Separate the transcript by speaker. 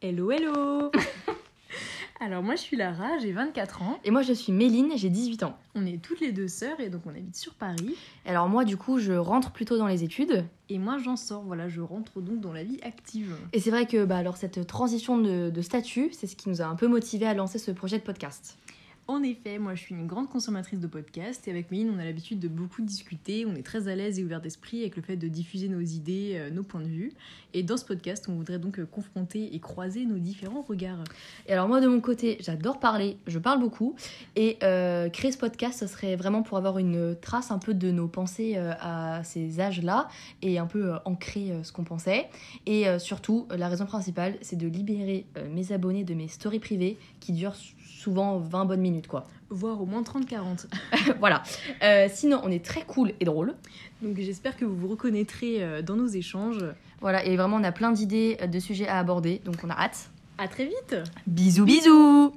Speaker 1: Hello, hello Alors moi je suis Lara, j'ai 24 ans,
Speaker 2: Et moi, je suis Méline, j'ai 18 ans.
Speaker 1: on est toutes les deux sœurs et donc on habite sur Paris.
Speaker 2: Alors moi, du coup, je rentre plutôt dans les études.
Speaker 1: Et moi j'en sors, voilà, je rentre donc dans la vie active.
Speaker 2: Et c'est vrai que bah, alors, cette transition de, de statut, c'est ce qui nous a un peu motivé à lancer ce projet de podcast.
Speaker 1: En effet, moi je suis une grande consommatrice de podcasts et avec Méline on a l'habitude de beaucoup discuter, on est très à l'aise et ouvert d'esprit avec le fait de diffuser nos idées, euh, nos points de vue. Et dans ce podcast on voudrait donc euh, confronter et croiser nos différents regards.
Speaker 2: Et alors moi, de mon côté, j'adore parler, je parle beaucoup. Et euh, créer ce podcast, ce serait vraiment pour avoir une trace un peu de nos pensées euh, à ces âges-là et un peu euh, ancrer euh, ce qu'on pensait. Et euh, surtout, euh, la raison principale, c'est de libérer euh, mes abonnés de mes stories privées qui durent sou- souvent 20 bonnes minutes, quoi.
Speaker 1: Voire au moins 30-40.
Speaker 2: voilà. Euh, sinon, on est très cool et drôle.
Speaker 1: Donc j'espère que vous vous reconnaîtrez euh, dans nos échanges.
Speaker 2: Voilà, et vraiment, on a plein d'idées, euh, de sujets à aborder, donc on a hâte.
Speaker 1: À très vite
Speaker 2: Bisous, bisous